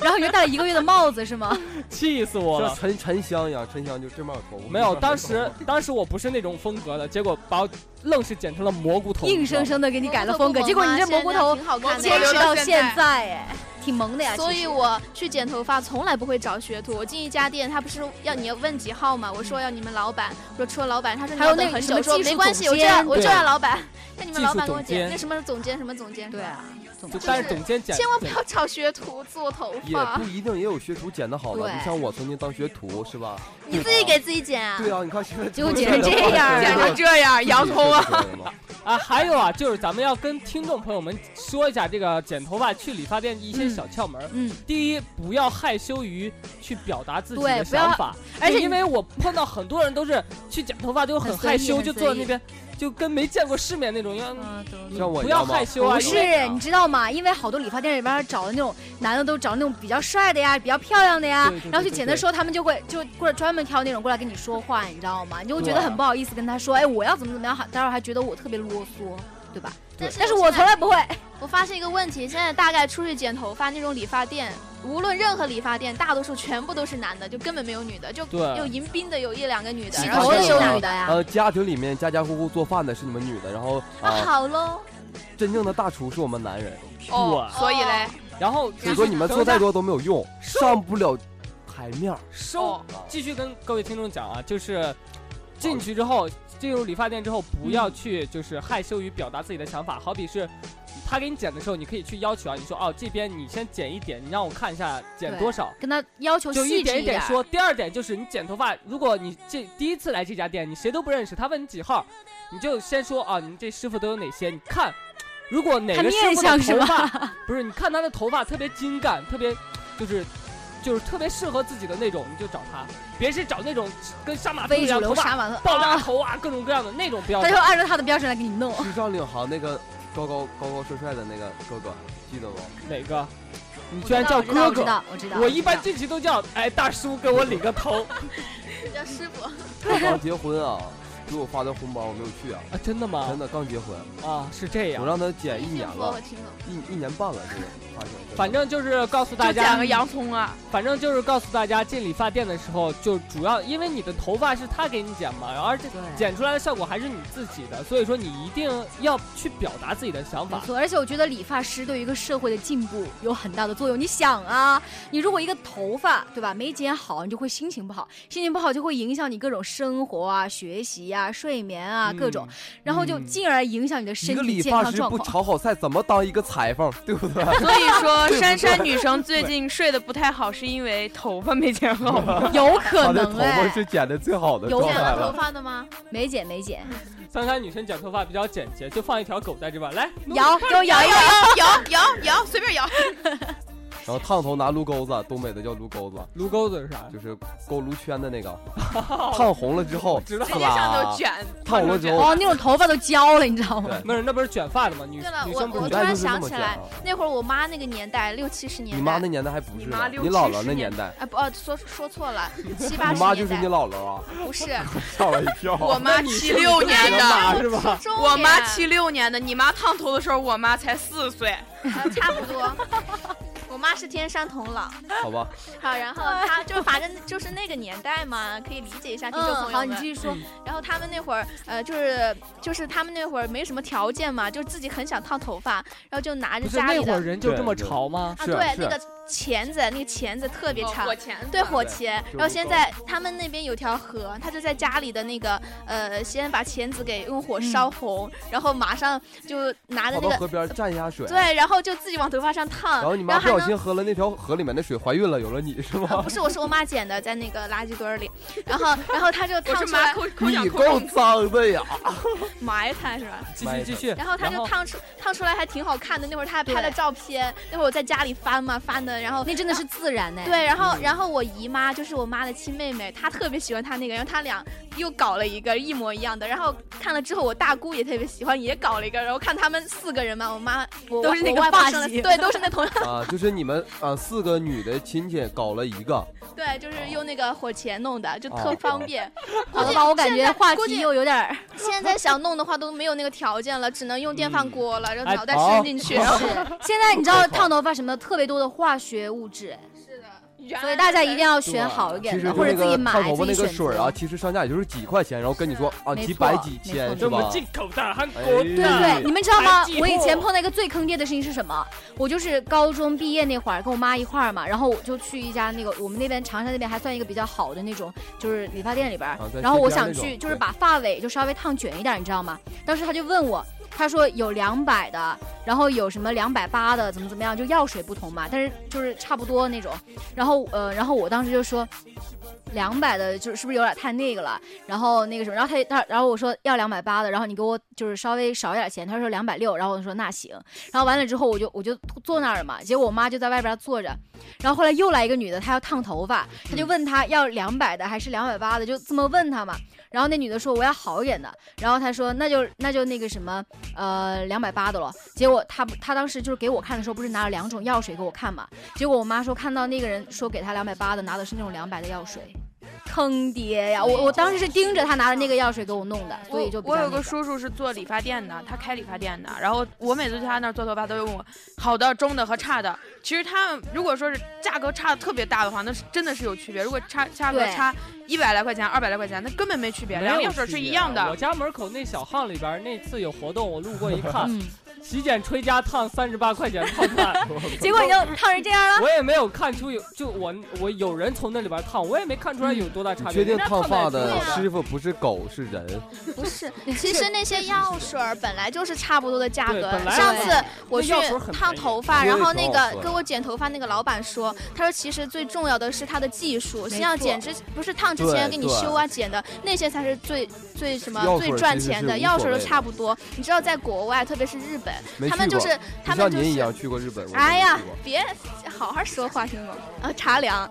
Speaker 5: 然后你就戴了一个月的帽子是吗？”
Speaker 2: 气死我
Speaker 6: 像
Speaker 2: 了。
Speaker 6: 沉沉香一样，沉香就这么头发。
Speaker 2: 没有，当时当时我不是那种风格的，结果把我愣是剪成了蘑菇头，
Speaker 5: 硬生生的给 你改 了风格，结果你这蘑菇头
Speaker 8: 挺好看的
Speaker 5: 坚
Speaker 8: 呀。
Speaker 5: 持到现在，哎，挺萌的呀。
Speaker 8: 所
Speaker 5: 其
Speaker 8: 以
Speaker 5: 实
Speaker 8: 我去剪头发从来不会找学徒。我进一家店，他不是要你要问几号吗？我说要你们老板，我说除了老板，他说你
Speaker 5: 还有
Speaker 8: 要
Speaker 5: 那
Speaker 8: 等很
Speaker 5: 什
Speaker 8: 久，
Speaker 5: 么
Speaker 8: 我说
Speaker 5: 技术
Speaker 8: 没关系，
Speaker 5: 总
Speaker 8: 我就
Speaker 5: 监
Speaker 8: 要我就
Speaker 2: 对
Speaker 8: 要老板， 那你们老板给我
Speaker 2: 技术总监
Speaker 8: 剪，那什么总监什么总监，
Speaker 5: 对，啊，总
Speaker 2: 就
Speaker 5: 之
Speaker 2: 但是总监剪
Speaker 8: 千万不要找学徒做头
Speaker 6: 也
Speaker 8: 发
Speaker 6: 不，一定也有学徒剪的好的，
Speaker 5: 对
Speaker 6: 你像我曾经当学徒是吧？
Speaker 8: 你自己给自己剪啊。
Speaker 6: 对啊，你看现在
Speaker 5: 结果剪成这样
Speaker 7: 剪
Speaker 5: 儿
Speaker 7: 成这样，洋葱啊，
Speaker 6: 啊！
Speaker 2: 啊，还有啊，就是咱们要跟听众朋友们说一下这个剪头发去理发店一些小窍门儿。
Speaker 5: 嗯，
Speaker 2: 第一，不要害羞于去表达自己
Speaker 5: 对
Speaker 2: 的
Speaker 5: 不要
Speaker 2: 想法，
Speaker 5: 而且
Speaker 2: 就因
Speaker 5: 你
Speaker 2: 为我碰到很多人都是去剪头发都很
Speaker 5: 很随意
Speaker 2: 害羞，
Speaker 5: 很
Speaker 2: 就
Speaker 5: 随
Speaker 2: 坐在
Speaker 5: 意
Speaker 2: 那边，就跟没见过世面那种一样。
Speaker 5: 嗯， 懂
Speaker 2: 你
Speaker 6: 像我
Speaker 2: 不
Speaker 6: 一
Speaker 2: 要
Speaker 6: 样吗
Speaker 2: 害羞啊！
Speaker 5: 不
Speaker 2: 因为
Speaker 5: 是，你知道吗？因为好多理发店里边找的那种男的都找那种比较帅的呀，比较漂亮的呀
Speaker 2: 对对，对
Speaker 5: 然后去剪的时候，他们就会就或者专门挑那种过来跟你说话，你知道吗？你就会觉得
Speaker 2: 啊
Speaker 6: 对
Speaker 5: 很不好意思跟他说，哎，我要怎么怎么样，还待会儿还觉得我特别啰嗦，对吧？
Speaker 8: 但是
Speaker 5: 但是
Speaker 8: 现
Speaker 5: 我
Speaker 8: 在
Speaker 5: 从来 不会，
Speaker 8: 我发现一个问题，现在大概出去剪头发那种理发店，无论任何理发店，大多数全部都是男的，就根本没有女的，就
Speaker 2: 对
Speaker 6: 啊
Speaker 8: 有迎宾的有一两个女的，啊
Speaker 5: 洗
Speaker 8: 然
Speaker 5: 头
Speaker 8: 后
Speaker 5: 的
Speaker 8: 剩
Speaker 5: 有
Speaker 8: 下
Speaker 5: 女的呀，
Speaker 6: 呃，家庭里面家家户户做饭的是你们女的，然后
Speaker 8: 啊
Speaker 5: 哦
Speaker 6: 啊，
Speaker 8: 好喽，
Speaker 6: 真正的大厨是我啊们男
Speaker 5: 啊
Speaker 6: 人，
Speaker 7: 哦，
Speaker 8: 哇
Speaker 7: 所以嘞，
Speaker 2: 然后
Speaker 6: 所以说你们做再多都没有用，上不了台面儿。
Speaker 2: 收，继续跟各位听众讲啊，就是进去之后，进入理发店之后，不要去就是害羞于表达自己的想法。好比是他给你剪的时候，你可以去要求啊，你说哦这边你先剪一点，你让我看一下剪多少。
Speaker 5: 跟他要求
Speaker 2: 就
Speaker 5: 细致
Speaker 2: 一点
Speaker 5: 一
Speaker 2: 点说。第二点就是你剪头发，如果你这第一次来这家店，你谁都不认识，他问你几号，你就先说啊，你们这师傅都有哪些？你看，如果哪
Speaker 5: 看
Speaker 2: 个师
Speaker 5: 面
Speaker 2: 傅的
Speaker 5: 相是
Speaker 2: 头发
Speaker 5: 吧？
Speaker 2: 不是，你看他的头发特别精干，特别就是就是特别适合自己的那种，你就找他，别是找那种跟杀马特一
Speaker 5: 非主
Speaker 2: 样
Speaker 5: 流
Speaker 2: 头
Speaker 5: 杀
Speaker 2: 发
Speaker 5: 完了，
Speaker 2: 爆炸头啊，各种各样的那种不要
Speaker 5: 他就
Speaker 2: 找。
Speaker 5: 按照他的标准来给你弄。
Speaker 6: 时尚领航那个高高高高帅帅的那个哥哥，记得吗？
Speaker 2: 哪个？你
Speaker 5: 我
Speaker 2: 居然
Speaker 5: 知
Speaker 2: 叫
Speaker 5: 道
Speaker 2: 哥
Speaker 5: 我知
Speaker 2: 哥？
Speaker 5: 道，我知道。
Speaker 2: 我一般
Speaker 5: 知道
Speaker 2: 进去都叫哎大叔给我理个头
Speaker 8: 叫师傅，
Speaker 6: 他刚结婚啊，给我发的红包我没有去啊，
Speaker 2: 啊，真的吗？
Speaker 6: 真的刚结婚，
Speaker 2: 啊，是这
Speaker 6: 我
Speaker 2: 样。
Speaker 6: 让他减一年
Speaker 8: 幸福我
Speaker 6: 了，
Speaker 8: 听了，
Speaker 6: 一一年半了，这个发现真的。
Speaker 2: 反正就是告诉大
Speaker 7: 就剪
Speaker 2: 家
Speaker 7: 个，洋葱啊，
Speaker 2: 反正就是告诉大家，进理发店的时候，就主要因为你的头发是他给你剪嘛，而且剪出来的效果还是你自己的，所以说你一定要去表达自己的想
Speaker 5: 没
Speaker 2: 法。
Speaker 5: 错，而且我觉得理发师对于一个社会的进步有很大的作用。你想啊，你如果一个头发对吧没剪好，你就会心情不好，心情不好就会影响你各种生活啊、学习啊、睡眠啊各种，然后就
Speaker 2: 嗯
Speaker 5: 进而影响你的
Speaker 6: 一
Speaker 5: 身
Speaker 6: 个
Speaker 5: 体
Speaker 6: 理
Speaker 5: 健
Speaker 6: 发
Speaker 5: 康
Speaker 6: 师
Speaker 5: 状
Speaker 6: 不
Speaker 5: 况。
Speaker 6: 炒好菜，怎么当一个裁缝， 对不对？
Speaker 7: 所以说珊珊女生最近睡得不太好，是因为头发没剪好。
Speaker 5: 有
Speaker 6: 他
Speaker 5: 可
Speaker 6: 的头
Speaker 5: 能
Speaker 6: 发
Speaker 5: 哎，
Speaker 6: 是剪的最好的
Speaker 5: 有
Speaker 6: 状
Speaker 8: 剪
Speaker 6: 态
Speaker 8: 了
Speaker 6: 了
Speaker 8: 头。发的吗？
Speaker 5: 没剪没剪，
Speaker 2: 三三女生剪头发比较简洁，就放一条狗在这边。来，
Speaker 5: 摇给我摇一摇。
Speaker 7: 摇摇摇，随便摇。
Speaker 6: 然后烫头拿撸钩子，东北的叫撸钩子，
Speaker 2: 撸钩子是啥？
Speaker 6: 就是勾撸圈的那个，烫红了之后，
Speaker 2: 知道
Speaker 7: 直接上头卷，
Speaker 6: 烫红了之后，
Speaker 5: 哦，那种头发都焦了，你知道吗？
Speaker 6: 对
Speaker 2: 不是，那不是卷发的吗？女
Speaker 8: 对了，
Speaker 2: 女
Speaker 8: 我
Speaker 2: 生不
Speaker 8: 我
Speaker 2: 是
Speaker 8: 突
Speaker 6: 卷就
Speaker 8: 然
Speaker 6: 是这
Speaker 8: 想
Speaker 6: 么
Speaker 8: 起
Speaker 6: 卷
Speaker 8: 来
Speaker 6: 啊，
Speaker 8: 那会儿我妈那个年代，六七十年
Speaker 6: 你
Speaker 8: 代，
Speaker 6: 妈那年代还不是
Speaker 7: 你妈
Speaker 6: 呢，
Speaker 7: 六
Speaker 6: 你姥姥
Speaker 7: 七十
Speaker 6: 那
Speaker 7: 年
Speaker 6: 年代，
Speaker 8: 哎不，哦，说说 错了，七八
Speaker 6: 你
Speaker 8: 十
Speaker 6: 妈就
Speaker 8: 年
Speaker 6: 是
Speaker 8: 代
Speaker 6: 你，姥姥啊，
Speaker 8: 不 是，
Speaker 6: 吓我一跳。
Speaker 7: 我妈七六年的，
Speaker 2: 卷哦是吧？
Speaker 8: 中
Speaker 7: 我妈
Speaker 8: 年
Speaker 7: 七六年的，你妈烫头的时候，我妈才四岁。
Speaker 8: 呃差不多。我妈是天山童姥，
Speaker 6: 好吧，
Speaker 8: 好，然后她就反正就是那个年代嘛，可以理解一下听众
Speaker 5: 哎嗯，
Speaker 8: 朋
Speaker 5: 好，
Speaker 8: 友
Speaker 5: 你
Speaker 8: 们。
Speaker 5: 继续说。
Speaker 8: 然后他们那会儿，呃，就是就是他们那会儿没什么条件嘛，就自己很想烫头发，然后就拿着
Speaker 2: 不是
Speaker 8: 家
Speaker 2: 那
Speaker 8: 里
Speaker 2: 会
Speaker 8: 的
Speaker 2: 儿人就这么潮吗？
Speaker 8: 啊，
Speaker 6: 是
Speaker 8: 对
Speaker 6: 是
Speaker 8: 那个钳子，那个钳子特别
Speaker 7: 哦
Speaker 8: 长
Speaker 7: 我。前
Speaker 8: 对火
Speaker 6: 对
Speaker 8: 钳，
Speaker 6: 就是
Speaker 8: 然后现在他们那边有条河，他就在家里的那个呃，先把钳子给用火
Speaker 5: 嗯
Speaker 8: 烧红，然后马上就拿着
Speaker 6: 跑
Speaker 8: 那
Speaker 6: 到
Speaker 8: 个
Speaker 6: 河边蘸一下水，
Speaker 8: 对，然后就自己往头发上烫，
Speaker 6: 然后你妈不
Speaker 8: 还
Speaker 6: 小
Speaker 8: 能。
Speaker 6: 心喝了那条河里面的水，怀孕了，有了你是
Speaker 8: 呃
Speaker 6: 吗
Speaker 8: 不？是，我是我妈捡的，在那个垃圾堆儿里，然后，然后她就
Speaker 7: 我
Speaker 8: 烫
Speaker 7: 是
Speaker 8: 出
Speaker 7: 妈
Speaker 8: 来
Speaker 7: 抠抠
Speaker 6: 你
Speaker 7: 脚
Speaker 6: 够
Speaker 7: 抠。
Speaker 6: 脏的呀！
Speaker 8: 埋汰是吧？
Speaker 2: 继续继续。
Speaker 8: 啊然后她就烫出烫出来还挺好看的，那会儿她还拍了
Speaker 5: 对
Speaker 8: 照片，那会儿我在家里翻嘛翻的，然后
Speaker 5: 那真的是自然哎呢、
Speaker 8: 对，然后然后我姨妈就是我妈的亲妹妹，她特别喜欢她那个，然后她俩又搞了一个一模一样的。然后看了之后，我大姑也特别喜欢，也搞了一个。然后看他们四个人嘛，我妈我
Speaker 5: 都是那
Speaker 8: 我
Speaker 5: 个
Speaker 8: 外
Speaker 5: 发
Speaker 8: 爸生了，
Speaker 5: 型
Speaker 8: 对，都是那同样
Speaker 6: 啊，就是你们啊，四个女的亲戚搞了一个，
Speaker 8: 对，就是用那个火钳弄的，就
Speaker 6: 哦
Speaker 8: 特方便。
Speaker 5: 好了吧，我感觉话
Speaker 8: 估
Speaker 5: 题
Speaker 8: 计
Speaker 5: 又有点儿
Speaker 8: 现在想弄的话都没有那个条件了，只能用电饭锅 了，然后
Speaker 2: 哎
Speaker 8: 脑袋
Speaker 6: 好
Speaker 8: 伸进去。然后
Speaker 5: 是，现在你知道烫头发什么的特别多的化学物质， 所以大家一定要选好
Speaker 6: 啊
Speaker 5: 一
Speaker 6: 其
Speaker 5: 点
Speaker 6: 实
Speaker 5: 的，
Speaker 6: 就
Speaker 5: 或者
Speaker 6: 那
Speaker 5: 自己
Speaker 6: 个
Speaker 5: 买
Speaker 6: 烫头发
Speaker 5: 自己
Speaker 6: 那个
Speaker 5: 选
Speaker 6: 水啊，
Speaker 5: 择。
Speaker 6: 其实上架也就是几块钱，然后跟你说啊
Speaker 5: 没
Speaker 6: 几
Speaker 5: 错
Speaker 6: 百几
Speaker 5: 没
Speaker 6: 千
Speaker 5: 错
Speaker 2: 这
Speaker 6: 是
Speaker 2: 么
Speaker 6: 吧？
Speaker 2: 进口的韩
Speaker 6: 哎
Speaker 2: 国
Speaker 5: 对对对，你们知道吗
Speaker 2: 还记？
Speaker 5: 我以前
Speaker 2: 货
Speaker 5: 碰到一个最坑爹的事情是什么？我就是高中毕业那会儿，跟我妈一块儿嘛，然后我就去一家那个我们那边长沙那边还算一个比较好的那种，就是理发店里边儿
Speaker 6: 啊在，
Speaker 5: 然后
Speaker 6: 街
Speaker 5: 我
Speaker 6: 边儿
Speaker 5: 想
Speaker 6: 那种
Speaker 5: 去，就是
Speaker 6: 对
Speaker 5: 把发尾就稍微烫卷一点儿，你知道吗？当时他就问我，他说有两百的，然后有什么两百八的，怎么怎么样，就药水不同嘛，但是就是差不多那种。然后呃，然后我当时就说，两百的，就是是不是有点太那个了？然后那个什么，然后他他然后我说要两百八的，然后你给我就是稍微少一点钱，他说两百六，然后我说那行，然后完了之后我就我就坐那儿了嘛，结果我妈就在外边坐着，然后后来又来一个女的，她要烫头发，她
Speaker 7: 嗯
Speaker 5: 就问她要两百的还是两百八的，就这么问她嘛。然后那女的说我要好一点的，然后她说那就那就那个什么呃两百八的了。结果她她当时就是给我看的时候，不是拿了两种药水给我看嘛？结果我妈说看到那个人说给她两百八的，拿的是那种两百的药水，坑爹呀！我我当时是盯着她拿的那个药水给我弄的，所以就比较
Speaker 7: 我有
Speaker 5: 那
Speaker 7: 个叔叔是做理发店的，他开理发店的，然后我每次去他那儿做头发，都会问我好的、中的和差的。其实他们如果说是价格差的特别大的话，那是真的是有区别。如果差价格
Speaker 5: 对
Speaker 7: 差一百来块钱、二百来块钱，那根本没区别，
Speaker 2: 没
Speaker 7: 两个
Speaker 2: 有
Speaker 7: 药水
Speaker 2: 区
Speaker 7: 是一
Speaker 2: 别啊
Speaker 7: 样
Speaker 2: 我
Speaker 7: 的。
Speaker 2: 家门口那小巷里边儿那次有活动，我路过一看，
Speaker 5: 嗯，
Speaker 2: 洗剪吹加烫三十八块钱烫 饭，
Speaker 5: 结果你就烫成这样了。
Speaker 2: 我也没有看出有就我我有人从那里边烫，我也没看出来
Speaker 7: 嗯
Speaker 2: 有多大差
Speaker 6: 你确
Speaker 2: 别。
Speaker 6: 定
Speaker 2: 人家
Speaker 6: 烫发
Speaker 2: 得
Speaker 6: 的
Speaker 2: 挺好
Speaker 6: 师傅不是狗是人？
Speaker 8: 不是， 其 实那些药水儿本来就是差不多的价
Speaker 2: 对
Speaker 8: 格
Speaker 2: 本。来
Speaker 8: 上
Speaker 5: 对
Speaker 8: 次我
Speaker 2: 那
Speaker 8: 去
Speaker 2: 药水儿很
Speaker 8: 烫
Speaker 2: 便宜
Speaker 8: 头发，
Speaker 6: 我也
Speaker 8: 然后
Speaker 6: 挺
Speaker 8: 那
Speaker 6: 好
Speaker 8: 个
Speaker 6: 喝
Speaker 8: 给我剪头发那个老板说，他说其实最重要的是他的技术，实际上
Speaker 5: 错
Speaker 8: 剪之不是烫之
Speaker 6: 对
Speaker 8: 前给你
Speaker 6: 对
Speaker 8: 修啊剪的那些才是最最什么
Speaker 6: 药
Speaker 8: 最
Speaker 6: 水儿
Speaker 8: 赚
Speaker 6: 其实
Speaker 8: 钱
Speaker 6: 是
Speaker 8: 的，
Speaker 6: 无
Speaker 8: 药
Speaker 6: 所
Speaker 8: 水儿都
Speaker 6: 谓的
Speaker 8: 差不多。你知道在国外，特别是日本，
Speaker 6: 没
Speaker 8: 他们
Speaker 6: 去
Speaker 8: 就
Speaker 6: 过
Speaker 8: 是
Speaker 6: 不
Speaker 8: 他们
Speaker 6: 像
Speaker 8: 就
Speaker 6: 您一
Speaker 8: 是
Speaker 6: 样。去过日本。我都
Speaker 8: 哎
Speaker 6: 没
Speaker 8: 呀
Speaker 6: 去过，
Speaker 8: 别好好说话行吗？呃，茶凉，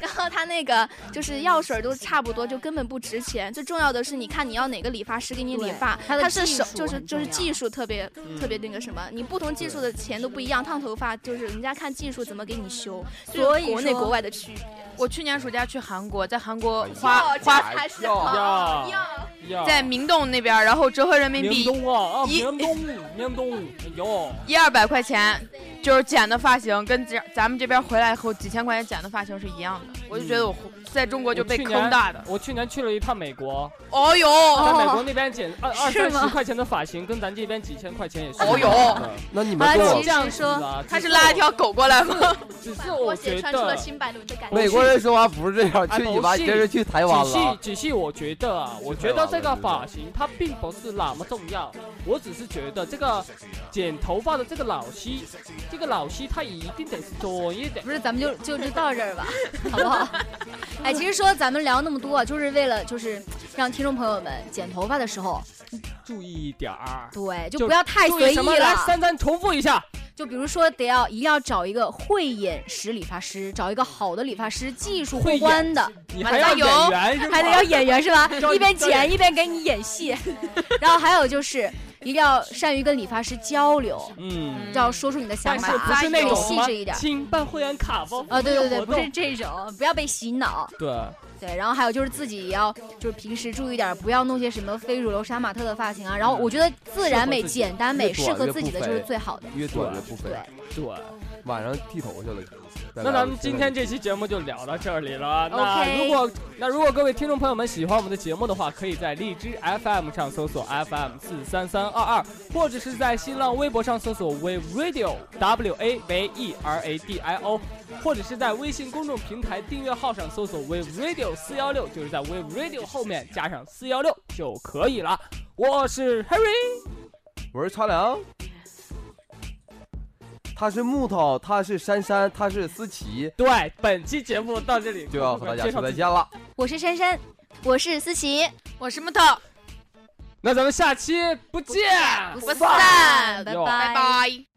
Speaker 8: 然后他那个就是药水都差不多，就根本不值钱。最重要的是，你看你要哪个理发师给你理发，
Speaker 5: 他的
Speaker 8: 他是
Speaker 5: 技
Speaker 8: 手
Speaker 5: 术
Speaker 8: 就是
Speaker 5: 很
Speaker 8: 就是
Speaker 5: 重要
Speaker 8: 技术特别
Speaker 2: 嗯
Speaker 8: 特别那个什么，你不同技术的钱都不一样。烫头发就是人家看技术怎么给你修，
Speaker 5: 所
Speaker 8: 这是
Speaker 5: 以
Speaker 8: 国内
Speaker 5: 说
Speaker 8: 国外的区别。
Speaker 7: 我去年暑假去韩国，在韩国
Speaker 6: 哎呀
Speaker 7: 花
Speaker 8: 哦这
Speaker 7: 花
Speaker 8: 才是
Speaker 6: 呀
Speaker 8: 好
Speaker 2: 呀呀，
Speaker 7: 在明洞那边，然后折合人民
Speaker 2: 明
Speaker 7: 币
Speaker 2: 东啊啊
Speaker 7: 一
Speaker 2: 明东明东，哎呦，
Speaker 7: 一二百块钱，就是剪的发型跟咱咱们这边回来以后几千块钱剪的发型是一样的。我就觉得我在中国就被
Speaker 2: 嗯我去
Speaker 7: 坑
Speaker 2: 年
Speaker 7: 大的。
Speaker 2: 我去年去了一趟美国，
Speaker 7: 哦呦，
Speaker 2: 在美国那边剪二二
Speaker 5: 是
Speaker 2: 三
Speaker 5: 吗
Speaker 2: 十块钱的发型，跟咱这边几千块钱也是。
Speaker 7: 哦呦
Speaker 6: 那你
Speaker 5: 后
Speaker 8: 啊
Speaker 6: 们
Speaker 5: 来
Speaker 6: 跟
Speaker 5: 其
Speaker 6: 我
Speaker 5: 实说，
Speaker 2: 啊
Speaker 7: 他是拉一条狗过来吗？
Speaker 2: 只是
Speaker 8: 我
Speaker 2: 我
Speaker 8: 姐
Speaker 2: 觉
Speaker 8: 穿出了
Speaker 2: 得，
Speaker 8: 新百路的感觉。
Speaker 6: 美国人说话不是这样，
Speaker 2: 哎
Speaker 6: 去
Speaker 2: 不
Speaker 6: 你妈！
Speaker 2: 是
Speaker 6: 你这是去
Speaker 5: 哎
Speaker 6: 台湾
Speaker 2: 只
Speaker 6: 了
Speaker 2: 是。只是我觉得啊，我觉得这个发型它并不是那么重要，我只是觉得这个剪头发的这个老师，这个老师他一定得是专业的。
Speaker 5: 不是，咱们就就就到这儿吧，好不好？ 哎，其实说咱们聊那么多啊，就是为了就是让听众朋友们剪头发的时候，
Speaker 2: 注意一点啊儿。
Speaker 5: 对，就
Speaker 2: 就
Speaker 5: 不要太
Speaker 2: 注
Speaker 5: 哎随
Speaker 2: 意
Speaker 5: 意
Speaker 2: 什么？来，
Speaker 5: 了。
Speaker 2: 珊珊重复一下。
Speaker 5: 就比如说，得要一定要找一个慧眼识理发师，找一个好的理发师，技术过
Speaker 2: 慧
Speaker 5: 关的，
Speaker 2: 你还要演员是吧？
Speaker 5: 还得要演员是 吧
Speaker 2: 招？
Speaker 5: 一边
Speaker 2: 招演
Speaker 5: 剪一边给你 演戏。然后还有就是，一定要善于跟理发师交流，
Speaker 2: 嗯，
Speaker 5: 要说出你的想
Speaker 2: 但是
Speaker 5: 法，
Speaker 2: 不是那
Speaker 5: 对
Speaker 2: 种什
Speaker 5: 细
Speaker 2: 么
Speaker 5: 致一点。
Speaker 2: 请办会员卡吧？
Speaker 5: 啊，对对对，
Speaker 2: 活
Speaker 5: 不
Speaker 2: 动
Speaker 5: 是这种，不要被洗脑。
Speaker 2: 对，
Speaker 5: 对，然后还有就是自己也要，就是平时注意点儿，不要弄些什么非主流杀马特的发型啊。然后我觉得自然
Speaker 2: 适
Speaker 5: 美、
Speaker 2: 合自己
Speaker 5: 简单美、
Speaker 6: 越短
Speaker 5: 适合
Speaker 6: 越
Speaker 5: 自
Speaker 6: 不
Speaker 5: 己的就是
Speaker 6: 肥
Speaker 5: 最好的。
Speaker 6: 越短越不肥。
Speaker 5: 对
Speaker 2: 对，
Speaker 6: 晚上剃头去了。
Speaker 2: 那咱们今天这期节目就聊到这里了。那
Speaker 5: OK
Speaker 2: 如果那如果各位听众朋友们喜欢我们的节目的话，可以在荔枝 FM 上搜索 FM 四三三二二，或者是在新浪微博上搜索 We Radio W A V E R A D I O，或者是在微信公众平台订阅号上搜索 We Radio 四幺六，就是在 We Radio 后面加上四幺六就可以了。我是 Harry，
Speaker 6: 我是超良，他是木头，他是珊珊，他是思琪，
Speaker 2: 对，本期节目到这里
Speaker 6: 就要和大家
Speaker 2: 介
Speaker 6: 说
Speaker 2: 绍
Speaker 6: 再
Speaker 2: 自己
Speaker 6: 见了。
Speaker 5: 我是珊珊，
Speaker 8: 我是思琪，
Speaker 7: 我是木头，
Speaker 2: 那咱们下期不见。
Speaker 7: 不散，
Speaker 5: 拜
Speaker 2: 哟
Speaker 7: 拜
Speaker 5: 拜。
Speaker 7: 拜。